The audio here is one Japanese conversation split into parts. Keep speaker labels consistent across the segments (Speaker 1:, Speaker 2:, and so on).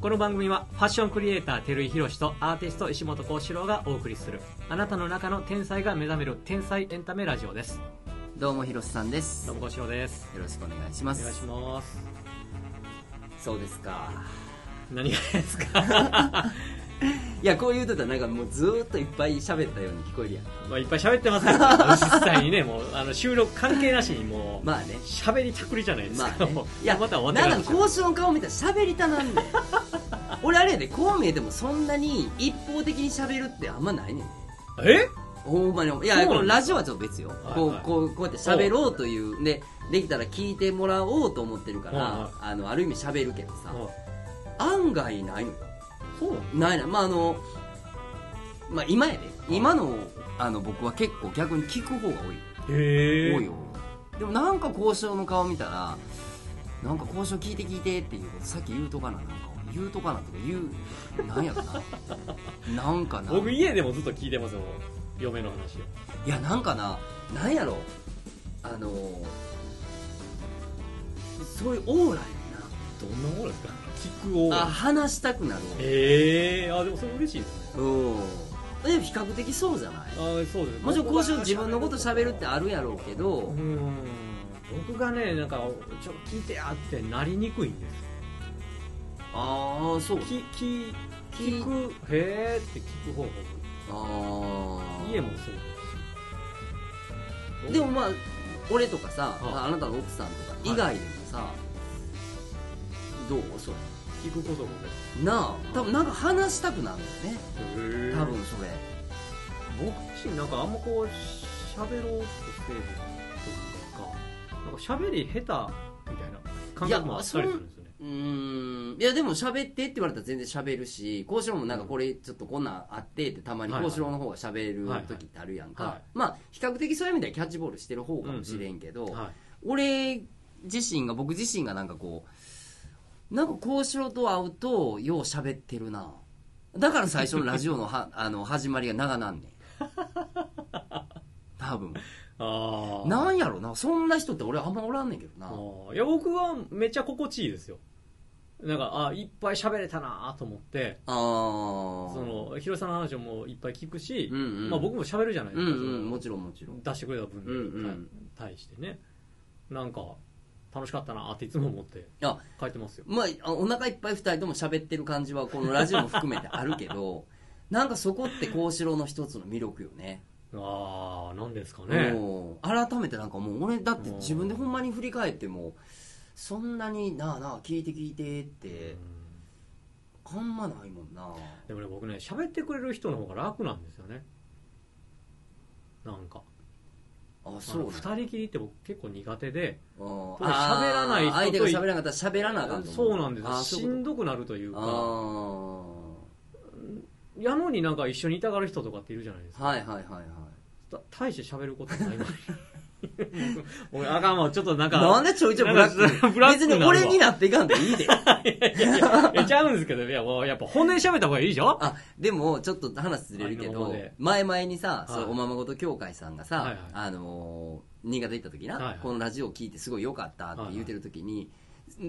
Speaker 1: この番組はファッションクリエイター照井宏とアーティスト石本幸四郎がお送りするあなたの中の天才が目覚める天才エンタメラジオです
Speaker 2: どうも広瀬さんです
Speaker 1: どう
Speaker 2: よ
Speaker 1: も幸四郎です
Speaker 2: ろしくお願いしま
Speaker 1: お願い
Speaker 2: す
Speaker 1: します
Speaker 2: そうですか
Speaker 1: 何がです か
Speaker 2: いやこう言うとったらなんかもうずーっといっぱい喋ったように聞こえるやん
Speaker 1: まあいっぱい喋ってますから実際にねもうあの収録関係なしにもう
Speaker 2: まあね
Speaker 1: 喋りたくりじゃないです
Speaker 2: ま
Speaker 1: か、
Speaker 2: あね
Speaker 1: いやまた終わ
Speaker 2: な
Speaker 1: っ
Speaker 2: ん
Speaker 1: て
Speaker 2: な
Speaker 1: る
Speaker 2: ん
Speaker 1: んですよ
Speaker 2: 交渉の顔見たら喋りたなん で俺あれやでこう見えてもそんなに一方的に喋るってあんまないねん
Speaker 1: え
Speaker 2: ほんまにい
Speaker 1: そうな
Speaker 2: や
Speaker 1: ん
Speaker 2: こ
Speaker 1: だ
Speaker 2: のラジオはちょっと別よ、
Speaker 1: はい
Speaker 2: こう
Speaker 1: はい
Speaker 2: こうこうやって喋ろうというでできたら聞いてもらおうと思ってるから、
Speaker 1: はいはい
Speaker 2: あのある意味喋るけど
Speaker 1: あ
Speaker 2: さ、案外ないの
Speaker 1: そうなの
Speaker 2: ないなまああのまあ今やで今のあの僕は結構逆に聞く方が多い
Speaker 1: へえ
Speaker 2: 多いよでもなんか交渉の顔見たらなんか交渉聞いて聞いてっていうことさっき言うとかななんか言うとかなとか言うなんやろななんか な
Speaker 1: 僕家でもずっと聞いてますよ嫁の話を
Speaker 2: いやなんかななんやろあのそういうオーラや
Speaker 1: どんなものですか聞くを
Speaker 2: なあ話したくなる
Speaker 1: ええあでもそれ嬉しいですね
Speaker 2: うんでも比較的そうじゃない
Speaker 1: あそうです
Speaker 2: もちろん交渉自分のこと喋るってあるやろうけ
Speaker 1: う
Speaker 2: ど
Speaker 1: ん僕がねなんかちょっと聞いてやってなりにくいんです
Speaker 2: ああそう
Speaker 1: きき聞くへえって聞く方が
Speaker 2: ああ
Speaker 1: 家もそうです
Speaker 2: でもまあ俺とかさ
Speaker 1: あ
Speaker 2: ああなたの奥さんとか以外でもさ、どうそう
Speaker 1: 聞くこともね
Speaker 2: なあ多分なんか話したくなるんだよね
Speaker 1: へ
Speaker 2: 多分それ
Speaker 1: 僕自身なんかあんまこう喋ろうとしてるというかなんか喋り下手みたいな感覚もあったりするんですよね
Speaker 2: うーんいやでも喋ってって言われたら全然喋るし幸四郎もなんかこれちょっとこんなんあってってたまに
Speaker 1: はいはい
Speaker 2: 幸四郎の方が喋る時ってあるやんか、
Speaker 1: はいはい
Speaker 2: まあ比較的そういう意味ではキャッチボールしてる方かもしれんけど、
Speaker 1: はい
Speaker 2: 俺自身が僕自身がなんかこうなんか幸四郎と会うとよう喋ってるなだから最初のラジオのは あの始まりが長なんね ん多分
Speaker 1: ああ
Speaker 2: なんやろなそんな人って俺あんまおらんねんけどな
Speaker 1: あーいや僕はめっちゃ心地いいですよなんかあいっぱい喋れたなと思って
Speaker 2: あー
Speaker 1: その広さんの話をもういっぱい聞くし、
Speaker 2: うんうん
Speaker 1: まあ、僕も喋るじゃないで
Speaker 2: うん
Speaker 1: すか、
Speaker 2: うんも
Speaker 1: そ
Speaker 2: ちろんもちろ
Speaker 1: の
Speaker 2: ん
Speaker 1: 出してくれた分に、
Speaker 2: うんうん
Speaker 1: 対してねなんか楽しかったなっていつも思って
Speaker 2: あ
Speaker 1: 書いてますよ
Speaker 2: まあお腹いっぱい二人とも喋ってる感じはこのラジオも含めてあるけど なんかそこって幸四郎の一つの魅力よね
Speaker 1: ああ何ですかね
Speaker 2: もう改めてなんかもう俺だって自分でほんまに振り返ってもそんなになあなあ聞いて聞いて
Speaker 1: う
Speaker 2: って
Speaker 1: ん
Speaker 2: あんまないもんな
Speaker 1: でもね僕ね喋ってくれる人の方が楽なんですよねなんか
Speaker 2: あ
Speaker 1: あ
Speaker 2: そう
Speaker 1: の二人きりって僕結構苦手で
Speaker 2: うん
Speaker 1: 僕喋らない人と
Speaker 2: あー相手が喋らなかったら喋らなあかんと
Speaker 1: そうなんですよ
Speaker 2: あーそう
Speaker 1: し
Speaker 2: いうんこ
Speaker 1: どくなるという
Speaker 2: と
Speaker 1: かやのになんか一緒にいたがる人とかっているじゃないです
Speaker 2: あー
Speaker 1: か、
Speaker 2: はいはいはいはい
Speaker 1: た大して喋ることない のにおいあかんわちょっとなんか
Speaker 2: なんでちょいちょいブラッ
Speaker 1: なんか
Speaker 2: ク
Speaker 1: ブラック
Speaker 2: 別
Speaker 1: な
Speaker 2: に
Speaker 1: のは
Speaker 2: 俺になっていかんでいいで
Speaker 1: えちゃうんですけどいやもうやっぱ本音で喋った方がいいでしょ
Speaker 2: あでもちょっと話ずれるけ
Speaker 1: あの今
Speaker 2: ど
Speaker 1: まで
Speaker 2: 前々に
Speaker 1: は
Speaker 2: さ、
Speaker 1: い
Speaker 2: そうおままごと協会さんがさ、
Speaker 1: はいはい
Speaker 2: あのー新潟行った時な、
Speaker 1: はいはい
Speaker 2: このラジオ聞いてすごい良かったって言うてる時に、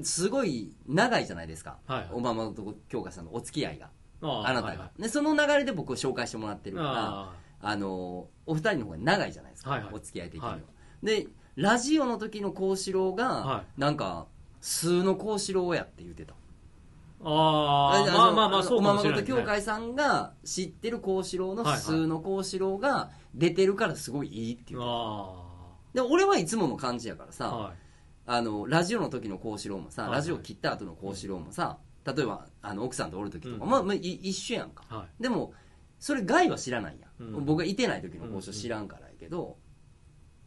Speaker 2: すごい長いじゃないですか、
Speaker 1: はいはい
Speaker 2: おままごと協会さんのお付き合いが
Speaker 1: あ
Speaker 2: あなたが、
Speaker 1: はいはい
Speaker 2: でその流れで僕を紹介してもらってるからあ
Speaker 1: あ
Speaker 2: のーお二人の方が長いじゃないですか、
Speaker 1: はいはい
Speaker 2: お付き合い的には、
Speaker 1: はい
Speaker 2: でラジオの時の幸四郎が、
Speaker 1: は
Speaker 2: なんか数の幸四郎やって言ってた
Speaker 1: ーあーまあまあまあそう
Speaker 2: お
Speaker 1: か
Speaker 2: ま
Speaker 1: も
Speaker 2: ま
Speaker 1: しれ
Speaker 2: ご
Speaker 1: ない
Speaker 2: と
Speaker 1: です
Speaker 2: 協
Speaker 1: ね
Speaker 2: 会さんが知ってる幸四郎の普通の幸四郎が出てるからすごいいいっていう、
Speaker 1: あ
Speaker 2: で俺はいつもの感じやから
Speaker 1: あ
Speaker 2: さ、
Speaker 1: は
Speaker 2: あのラジオの時の幸四郎もさ、
Speaker 1: はいはい
Speaker 2: ラジオ切った後の幸四郎もさ例えばあの奥さんとおる時とか、
Speaker 1: うん
Speaker 2: まあ、まあ、い一緒やんか
Speaker 1: いはい
Speaker 2: でもそれ外は知らないやん、
Speaker 1: うん
Speaker 2: 僕がいてない時の交渉知らんからやけど、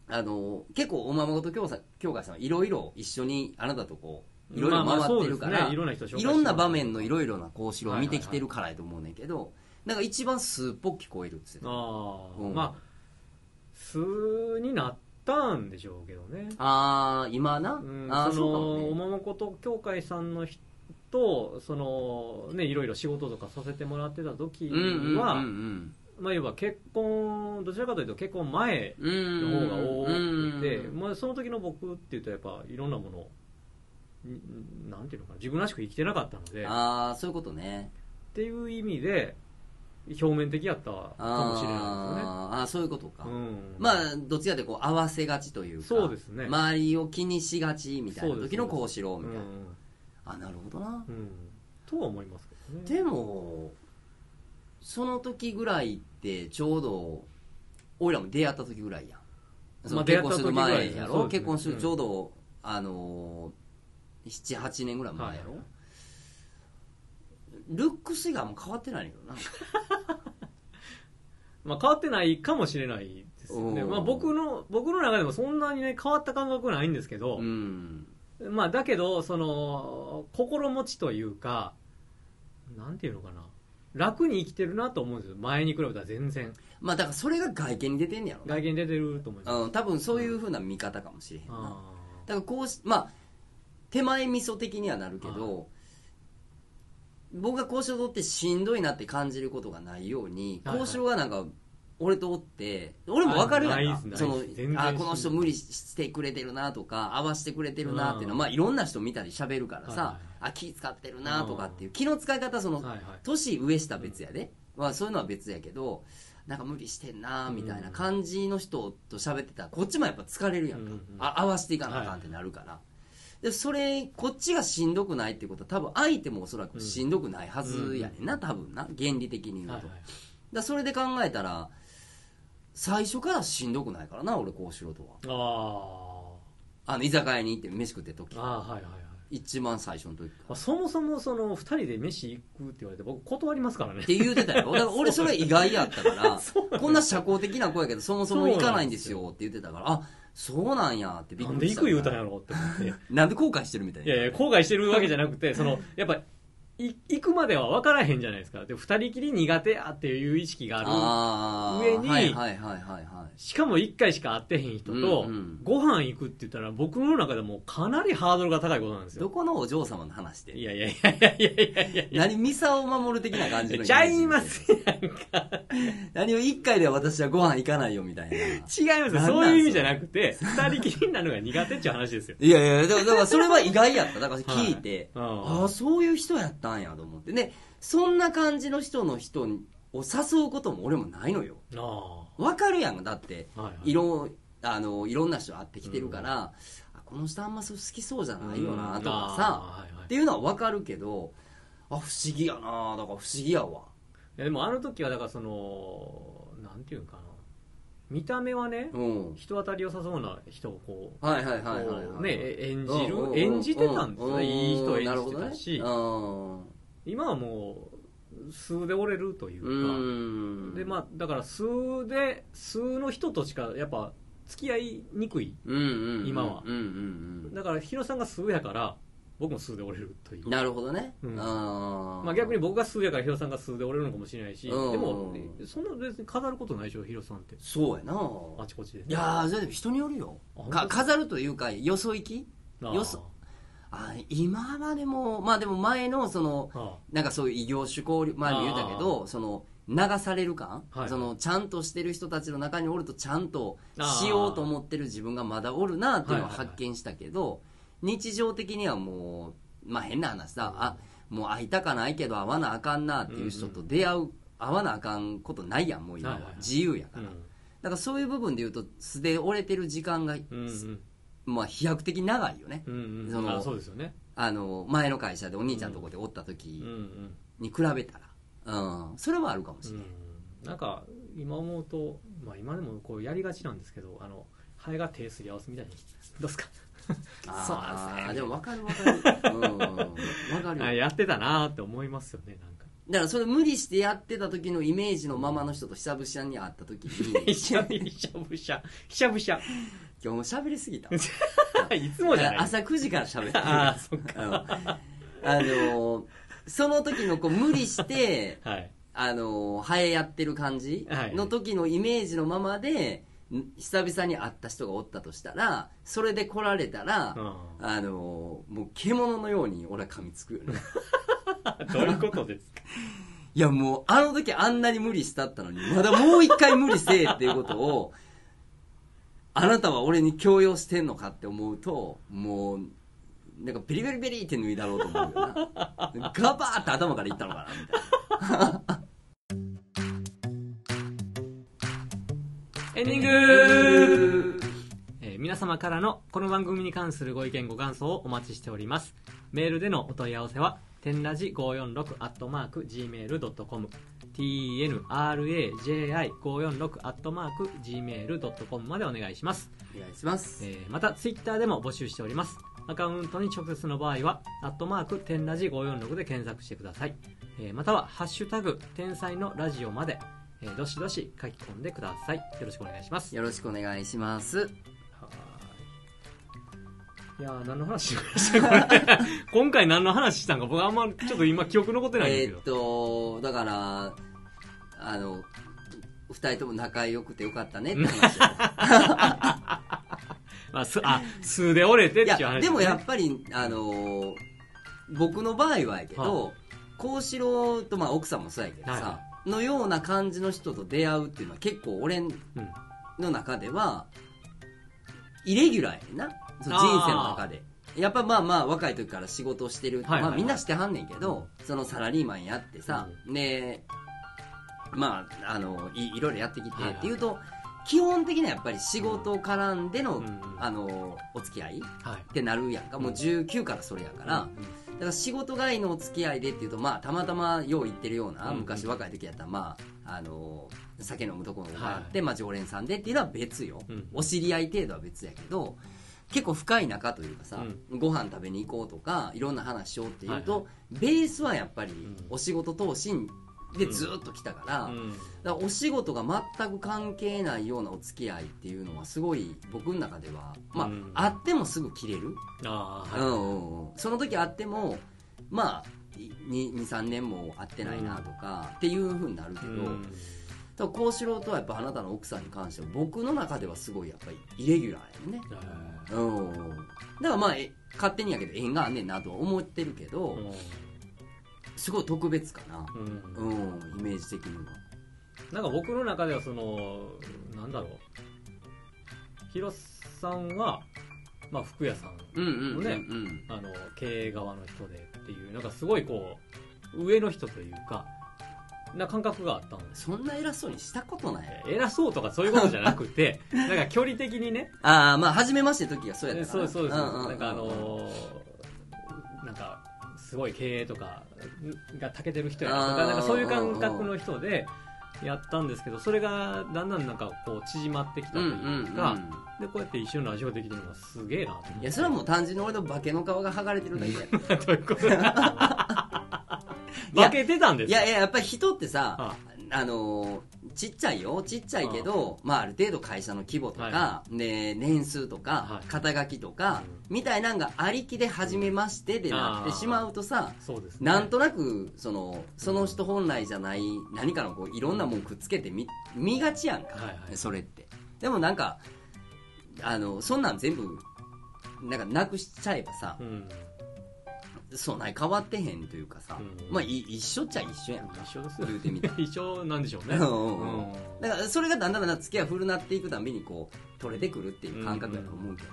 Speaker 2: あの結構おままごと協会協会さんはいろいろ一緒にあなたとこういろいろ
Speaker 1: まあまあ
Speaker 2: 回ってるか
Speaker 1: そ
Speaker 2: ら、
Speaker 1: うですねいろんな人紹介してます
Speaker 2: いろんな場面のいろいろな講師を見てきてるからやと思うねんけど、なんか一番すっぽく聞こえるっつってた
Speaker 1: ああ、
Speaker 2: うん
Speaker 1: まあ素になったんでしょうけどね
Speaker 2: ああ今な、
Speaker 1: うん
Speaker 2: ああ
Speaker 1: そ
Speaker 2: そうか
Speaker 1: のお
Speaker 2: もね
Speaker 1: ままこと協会さんの人とそのねいろいろ仕事とかさせてもらってた時
Speaker 2: うんうんうん
Speaker 1: は、まあいわば結婚どちらかというと結婚前
Speaker 2: うんうん
Speaker 1: の方が多くて、
Speaker 2: うん
Speaker 1: まあ、その時の僕っていうとやっぱいろんなものをんなんていうのかな自分らしく生きてなかったのでっ
Speaker 2: ああそういうことね
Speaker 1: ていう意味で表面的やったかもしれな
Speaker 2: あーあーそういうことか、
Speaker 1: いですよね、うん、
Speaker 2: まあどっちかでこう合わせがちというか
Speaker 1: そうですね
Speaker 2: 周りを気にしがちみたいな時の
Speaker 1: そうです
Speaker 2: こうしろみたいな、
Speaker 1: うん
Speaker 2: あなるほどな
Speaker 1: うん、とは思いますけどね
Speaker 2: でもその時ぐらいってちょうど俺らも出会った時ぐらいやん、その
Speaker 1: まあ
Speaker 2: 結婚す
Speaker 1: 出会
Speaker 2: る
Speaker 1: った時
Speaker 2: 前
Speaker 1: ぐらい
Speaker 2: や
Speaker 1: や
Speaker 2: ろ、
Speaker 1: そうですね
Speaker 2: 結婚する
Speaker 1: うん
Speaker 2: ちょうど、あのー、78年ぐらい前やろ、
Speaker 1: はい
Speaker 2: ルックス以外はもう変わってないけどな
Speaker 1: まあ、変わってないかもしれないですよね、
Speaker 2: おー
Speaker 1: まあ、僕の僕の中でもそんなにね変わった感覚ないんですけど、
Speaker 2: うん
Speaker 1: まあ、だけどその心持ちというかなんていうのかな楽に生きてるなと思うんですよ前に比べたら全然
Speaker 2: まあだからそれが外見に出てんねやろな
Speaker 1: 外見出てると思います、
Speaker 2: うん、多分そういうふうな見方かもしれへんな、だか
Speaker 1: あ
Speaker 2: らこうしまあ手前味噌的にはなるけど、僕が交渉取ってしんどいなって感じることがないように
Speaker 1: はいはい
Speaker 2: 交渉がなんか俺とおって俺も分かるや
Speaker 1: あない
Speaker 2: ん
Speaker 1: っすないっす
Speaker 2: かその
Speaker 1: 全然しんどい
Speaker 2: あこの人無理してくれてるなとか合わせてくれてるなっていうのは、
Speaker 1: うん
Speaker 2: まあ、いろんな人見たり喋るからさ、
Speaker 1: はいはい
Speaker 2: あ気使ってるなとかっていう気の使い方その、
Speaker 1: ーはいはい
Speaker 2: 年上下別やで、まあ、そういうのは別やけどなんか無理してんなみたいな感じの人と喋ってたらこっちもやっぱ疲れるやんか、
Speaker 1: うんうん
Speaker 2: あ合わせていかなあかんってなるから、でそれこっちがしんどくないってことは多分相手もおそらくしんどくないはずやねんな、多分な原理的に言うと、
Speaker 1: はいはい
Speaker 2: だからそれで考えたら最初からしんどくないからな俺こうしろとは
Speaker 1: あ
Speaker 2: あの居酒屋に行って飯食ってる時
Speaker 1: ーあーはいはいはい
Speaker 2: 一番最初の時から
Speaker 1: まあそもそもその2人で飯行くって言われて僕断りますからね
Speaker 2: って言うてたよだから俺それ意外やった から
Speaker 1: そう
Speaker 2: こんな社交的な子やけどそもそも行かないんですよって言ってたからあそうなんやってびっ
Speaker 1: なん
Speaker 2: く
Speaker 1: で
Speaker 2: りし
Speaker 1: 行
Speaker 2: た
Speaker 1: く言うたんやろって思って
Speaker 2: なんで後悔してるみたい
Speaker 1: い
Speaker 2: な
Speaker 1: やいや、後悔してるわけじゃなく て、その、やっぱ、い行くまでは分からへんじゃないですか。で、二人きり苦手やっていう意識がある。
Speaker 2: あー
Speaker 1: 上に
Speaker 2: はいはいはいはいは
Speaker 1: しかも一回しか会ってへん人と、
Speaker 2: うんうん
Speaker 1: ご飯行くって言ったら、僕の中でもかなりハードルが高いことなんです
Speaker 2: いど
Speaker 1: よ。
Speaker 2: このお嬢様の話で
Speaker 1: いやいやいやいやいやいやいやい
Speaker 2: 何ミサを守る的な感じの
Speaker 1: や。ちゃいますやんか。
Speaker 2: 何を一回では私はご飯行かないよみたいな
Speaker 1: 違いますよ
Speaker 2: なんなん
Speaker 1: そういう意味じゃなくて、二人きりになるのが苦手っていう話ですよ。
Speaker 2: いやいやだからだからそれは意外やっただから聞いて、
Speaker 1: はいうん
Speaker 2: ああそういう人やったんやと思ってねそんな感じの人の人を誘うことも俺もないのよ
Speaker 1: ああ。
Speaker 2: わかるやんだって
Speaker 1: はいはい
Speaker 2: いろあのいろんな人会ってきてるから、あこの人あんまそう好きそうじゃないよなとかさ、
Speaker 1: うんああはいはい
Speaker 2: っていうのは分かるけどあ不思議やなだから不思議やわ
Speaker 1: いやでもあの時は、だからその、なんていうんかな。見た目はね、
Speaker 2: うん
Speaker 1: 人当たり良さそうな人をこう、
Speaker 2: はいはいはいはい、
Speaker 1: こ
Speaker 2: は
Speaker 1: う
Speaker 2: い、
Speaker 1: ねえ演じ
Speaker 2: うんうんうん
Speaker 1: る演じてたんです
Speaker 2: う
Speaker 1: ねいい人を演
Speaker 2: なる
Speaker 1: じ
Speaker 2: ほ
Speaker 1: て
Speaker 2: どね
Speaker 1: たし
Speaker 2: うん
Speaker 1: 今はもう数で折れるといううか
Speaker 2: ん
Speaker 1: でまあだから数で数の人としかやっぱ付き合いにくい
Speaker 2: うんうんうん
Speaker 1: 今は
Speaker 2: うんうん
Speaker 1: だからヒロさんが数やから僕も数で折れるという
Speaker 2: うんなるほどね、
Speaker 1: うん
Speaker 2: あ
Speaker 1: まあ逆
Speaker 2: に
Speaker 1: に僕が数やからヒロさんが数で折れるのかもしれないしで
Speaker 2: うん
Speaker 1: もそんな別に飾ることないでしょヒロさんって
Speaker 2: そうやな
Speaker 1: あちこちで
Speaker 2: いやーそれでも人によるよ
Speaker 1: あ本当
Speaker 2: か飾るというかよそ行き
Speaker 1: あー
Speaker 2: よそあ今はでもまあでも前のその
Speaker 1: あ
Speaker 2: なんかそういう異業種交流前も言ったけどその流される感、
Speaker 1: はい
Speaker 2: そのちゃんとしてる人たちの中におるとちゃんとしようと思ってる自分がまだおるなっていうのは
Speaker 1: はいはいはい
Speaker 2: 発見したけど、日常的にはもうまあ変な話さ、
Speaker 1: うん
Speaker 2: あもう会いたかないけど会わなあかんなっていう人と出会う、会わなあかんことないやんもう今は、
Speaker 1: はいはい
Speaker 2: 自由やか
Speaker 1: う
Speaker 2: ら、
Speaker 1: ん
Speaker 2: だからそういう部分で言うと素で折れてる時間が、
Speaker 1: うんうん
Speaker 2: まあ飛躍的に長いよね
Speaker 1: うん
Speaker 2: そ
Speaker 1: うん
Speaker 2: の
Speaker 1: あそうですよね
Speaker 2: あの前の会社でお兄ちゃんのとこでおった時
Speaker 1: うんうん
Speaker 2: に比べたら、うん、それはあるかもしれない、
Speaker 1: うん、なんか今思うと、まあ、今でもこうやりがちなんですけどあのハエが手すり合わせみたいにどうすか そうなんです
Speaker 2: あー
Speaker 1: ね
Speaker 2: でも分かる分かる、うん、分かるよ
Speaker 1: あやってたなーって思いますよねなん か
Speaker 2: だからそれ無理してやってた時のイメージのままの人と久々に会った時に
Speaker 1: ひしゃひしゃぶしゃひしゃぶしゃ
Speaker 2: 今日も喋りすぎた
Speaker 1: いつもじゃない
Speaker 2: 朝9時から喋ってる
Speaker 1: あーそっ
Speaker 2: かあのその時のこう無理して
Speaker 1: はい
Speaker 2: あのハエやってる感じ
Speaker 1: はい
Speaker 2: の時のイメージのままでん久々に会った人がおったとしたらそれで来られたら、
Speaker 1: う
Speaker 2: あのもう獣のように俺は噛みつくよね
Speaker 1: ん、 どういうことですか
Speaker 2: いやもうあの時あんなに無理したったのにまだもう一回無理せえっていうことをあなたは俺に強要してんのかって思うともうなんかベリベリベリって脱いだろうと思うよな ガバーって頭からいったのかなみたいな
Speaker 1: エンディングえー皆様からのこの番組に関するご意見ご感想をお待ちしておりますメールでのお問い合わせは天ラジ546 gmail.com tnraji546 gmail.com までお願いします
Speaker 2: お願いします
Speaker 1: えーまたツイッターでも募集しておりますアカウントに直接の場合は「アットマーク天ラジ546」で検索してください、えーまたは「ハッシュタグ天才のラジオ」まで、えーどしどし書き込んでくださいよろしくお願いします
Speaker 2: よろしくお願いします
Speaker 1: いやー何の話しましたこれ今回何の話したんか僕あんまちょっと今記憶残ってないんです
Speaker 2: え
Speaker 1: け
Speaker 2: ー
Speaker 1: ど
Speaker 2: っ、とだからあの二人とも仲良くてよかったねって話だね
Speaker 1: まあ、すあ素で折れて
Speaker 2: い
Speaker 1: っていう話
Speaker 2: やでもやっぱりあの僕の場合はやけど幸四郎とまあ奥さんもそうやけどさ、
Speaker 1: は
Speaker 2: のような感じの人と出会うっていうのは結構俺
Speaker 1: うん
Speaker 2: の中ではイレギュラーやねんなその人生の中でやっぱまあまあ若い時から仕事してる、
Speaker 1: はいはいはい
Speaker 2: まあみんなしてはんねんけどそのサラリーマンやってさ、でまああのいいろいろやってきて
Speaker 1: はいはい
Speaker 2: っていうと、基本的にはやっぱり仕事絡んでの、
Speaker 1: うんうん
Speaker 2: あのお付き合いっ
Speaker 1: はい
Speaker 2: てなるやんかもう
Speaker 1: うん
Speaker 2: 19からそれやから、
Speaker 1: う
Speaker 2: だから仕事外のお付き合いでっていうと、まあ、たまたまよう行ってるような、
Speaker 1: うん
Speaker 2: 昔若い時やったら、まあ、あの酒飲むところがあって、
Speaker 1: は
Speaker 2: まあ、常連さんでっていうのは別よ、
Speaker 1: うん
Speaker 2: お知り合い程度は別やけど結構深い仲というかさ、ご飯食べに行こうとかいろんな話しようっていうと、
Speaker 1: はい
Speaker 2: ベースはやっぱり
Speaker 1: ん
Speaker 2: お仕事投資でずっと来たから。
Speaker 1: んうん
Speaker 2: だからお仕事が全く関係ないようなお付き合いっていうのはすごい僕の中では、まあ
Speaker 1: うん
Speaker 2: あってもすぐ切れる
Speaker 1: あー
Speaker 2: う
Speaker 1: はい
Speaker 2: んうんうんその時あってもまあ23年も会ってないなとか、っていうふうになるけど、
Speaker 1: うん
Speaker 2: ただ幸四郎とはやっぱあなたの奥さんに関しては僕の中ではすごいやっぱりイレギュラーやね
Speaker 1: あ
Speaker 2: うんうんうんだからまあえ勝手にやけど縁があんねんなとは思ってるけど、
Speaker 1: ー
Speaker 2: すごい特別かな
Speaker 1: うんうん
Speaker 2: うんイメージ的には
Speaker 1: なんか僕の中ではそのなんだろう広瀬さんは、まあ、服屋さん
Speaker 2: うんうんうんう
Speaker 1: ね
Speaker 2: ん
Speaker 1: あの経営側の人でっていうなんかすごいこう上の人というかな感覚があったんです
Speaker 2: そんな偉そうにしたことない
Speaker 1: 偉そうとかそういうことじゃなく てなんか距離的にね
Speaker 2: ああまあ初めましての時がそうやった
Speaker 1: そうそうです、
Speaker 2: んんん
Speaker 1: なんかあのーなんかすごい経営とかが長けてる人やなと
Speaker 2: あ
Speaker 1: か
Speaker 2: ー
Speaker 1: なんかそういう感覚の人でやったんですけどそれがだんだんなんかこう縮まってきたと
Speaker 2: う
Speaker 1: い
Speaker 2: ん
Speaker 1: う
Speaker 2: う
Speaker 1: か、
Speaker 2: んうん
Speaker 1: でこうやって一緒にラジオできるのがすげえなと思って
Speaker 2: いやそれはもう単純に俺の化けの皮が剥がれてるだけや
Speaker 1: どういうこと負けてたんです
Speaker 2: い
Speaker 1: よ
Speaker 2: やいや、やっぱり人ってさ、
Speaker 1: あ
Speaker 2: あのーちっちゃいよ、ちっちゃいけど、まあ、ある程度会社の規模とか、
Speaker 1: は
Speaker 2: ね、年数とか、
Speaker 1: はい
Speaker 2: 肩書きとか、みたいなんがありきで始めましてでなってしまうとさ、
Speaker 1: そうですね
Speaker 2: なんとなく、その、その人本来じゃない何かのこう、いろんなもんくっつけてみ、見がちやんか、
Speaker 1: はいはい
Speaker 2: それって。でもなんか、あの、そんなん全部、なんかなくしちゃえばさ、
Speaker 1: うん
Speaker 2: そんなに変わってへんというかさ、
Speaker 1: うん
Speaker 2: まあい一緒っちゃ一緒やん
Speaker 1: 一緒ですよ
Speaker 2: 言うてみた
Speaker 1: 一緒なんでしょうね
Speaker 2: うんうんうん
Speaker 1: うん
Speaker 2: だからそれがだんだんだんだん付き合い古なっていくたびにこう取れてくるっていう感覚だと思うけど、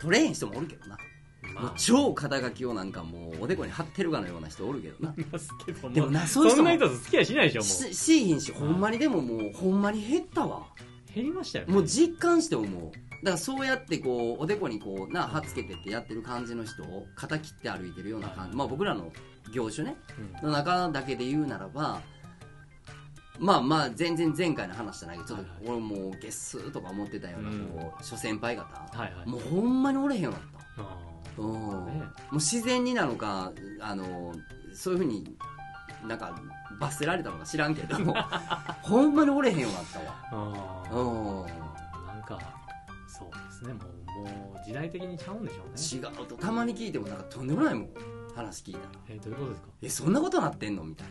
Speaker 2: 取れへん人もおるけど
Speaker 1: う
Speaker 2: な、
Speaker 1: んま
Speaker 2: もう超肩書きをなんかもうおでこに貼ってるかのような人おるけどな
Speaker 1: いますけども
Speaker 2: でもなそういう
Speaker 1: そ
Speaker 2: 人
Speaker 1: ん
Speaker 2: も
Speaker 1: な人と付き合いしないでしょも
Speaker 2: ししいひんしほんまにでももうほんまに減ったわ
Speaker 1: う減りましたよね
Speaker 2: もう実感して思うだからそうやってこうおでこにこうな貼っつけてってやってる感じの人を肩切って歩いてるような感じ、まあ僕らの業種ね
Speaker 1: うん
Speaker 2: の中だけで言うならばまあまあ全然前回の話じゃないけどちょっと
Speaker 1: はい
Speaker 2: 俺もうゲッスーとか思ってたような
Speaker 1: うん
Speaker 2: こう諸先輩方
Speaker 1: はいはい
Speaker 2: もうほんまにおれへんようになった
Speaker 1: あ
Speaker 2: うんも
Speaker 1: ね
Speaker 2: う自然になのかあのそういうふうになんか罰せられたのか知らんけど ほんまにおれへんようになった
Speaker 1: ーあー
Speaker 2: わ
Speaker 1: なんかそうですねもうもう時代的にちゃうんでしょうね
Speaker 2: うん違うとたまに聞いてもなんかとんでもないもん話聞いたら
Speaker 1: えどういうことですか
Speaker 2: えそんなことなってんのみたい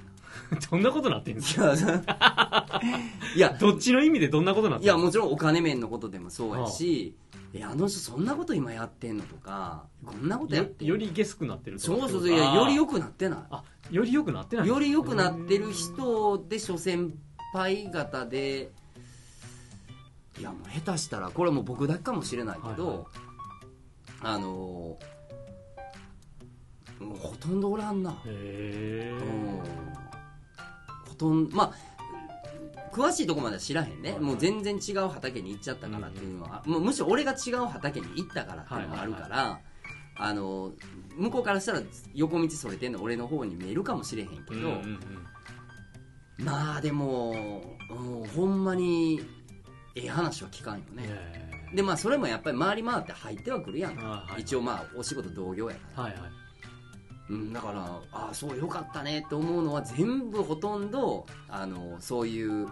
Speaker 1: どんなことなってんですか
Speaker 2: な い や
Speaker 1: どっちの意味でどんなことなってん
Speaker 2: い
Speaker 1: で
Speaker 2: や
Speaker 1: すか
Speaker 2: もちろんお金面のことでもそうやし、えあの人そんなこと今やってんのとかこんなことやってんの
Speaker 1: よよりゲスくなってるって
Speaker 2: そ
Speaker 1: こ
Speaker 2: う
Speaker 1: と
Speaker 2: そうそういやより良くなってな
Speaker 1: あより良くなってないい
Speaker 2: より良くなってる人で諸先輩方でいやもう下手したらこれもう僕だけかもしれないけど、
Speaker 1: はいはい
Speaker 2: あのーうんほとんどおらんな、
Speaker 1: へ
Speaker 2: うんほとんどまあ詳しいとこまでは知らへんね、
Speaker 1: はい
Speaker 2: もう全然違う畑に行っちゃったからっていうのは、もうむしろ俺が違う畑に行ったからっていうのもあるから、あの向こうからしたら横道それてんの俺の方に見えるかもしれへんけ
Speaker 1: う
Speaker 2: ど、
Speaker 1: んうん
Speaker 2: まあでも、うんほんまにええ話は聞かんよ
Speaker 1: うん
Speaker 2: ね、
Speaker 1: へー
Speaker 2: でまあそれもやっぱり回り回って入ってはくるやんか、
Speaker 1: あーはい
Speaker 2: 一応まあお仕事同業やから
Speaker 1: はいはい
Speaker 2: うん、だからああそうよかったねって思うのは全部ほとんどあのそういう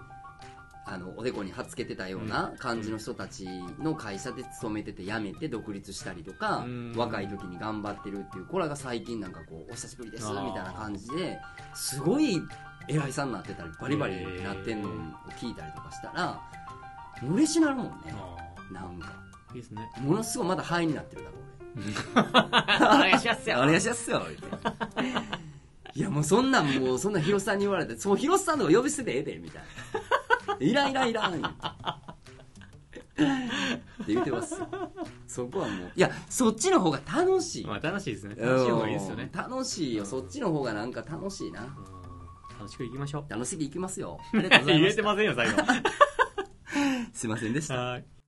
Speaker 2: あのおでこにはっつけてたような感じの人たちの会社で勤めてて辞めて独立したりとか
Speaker 1: うん
Speaker 2: 若い時に頑張ってるっていうこれが最近なんかこうお久しぶりです
Speaker 1: あー
Speaker 2: みたいな感じですごい偉いさんになってたりバリバリなってんのを聞いたりとかしたら嬉しなるもんね
Speaker 1: あ
Speaker 2: なんか
Speaker 1: ーいいですね
Speaker 2: ものすごいまだ灰になってるだろ俺。
Speaker 1: お願いします
Speaker 2: お願いしますよ言うていやもうそんなんもうそんなん広瀬さんに言われてそう広瀬さんの方が呼び捨てでええでみたいな「いらんいらんいらん」言うてって言ってますよそこはもういやそっちの方が楽しい
Speaker 1: まあ楽しいですね楽しい方がいいですよね
Speaker 2: うん楽しいよそっちの方がなんか楽しいな
Speaker 1: うん楽しくいき ましょう
Speaker 2: 楽しくいきますよありがとうございま
Speaker 1: れ
Speaker 2: した
Speaker 1: てませんよ最後
Speaker 2: すいませんでした
Speaker 1: はい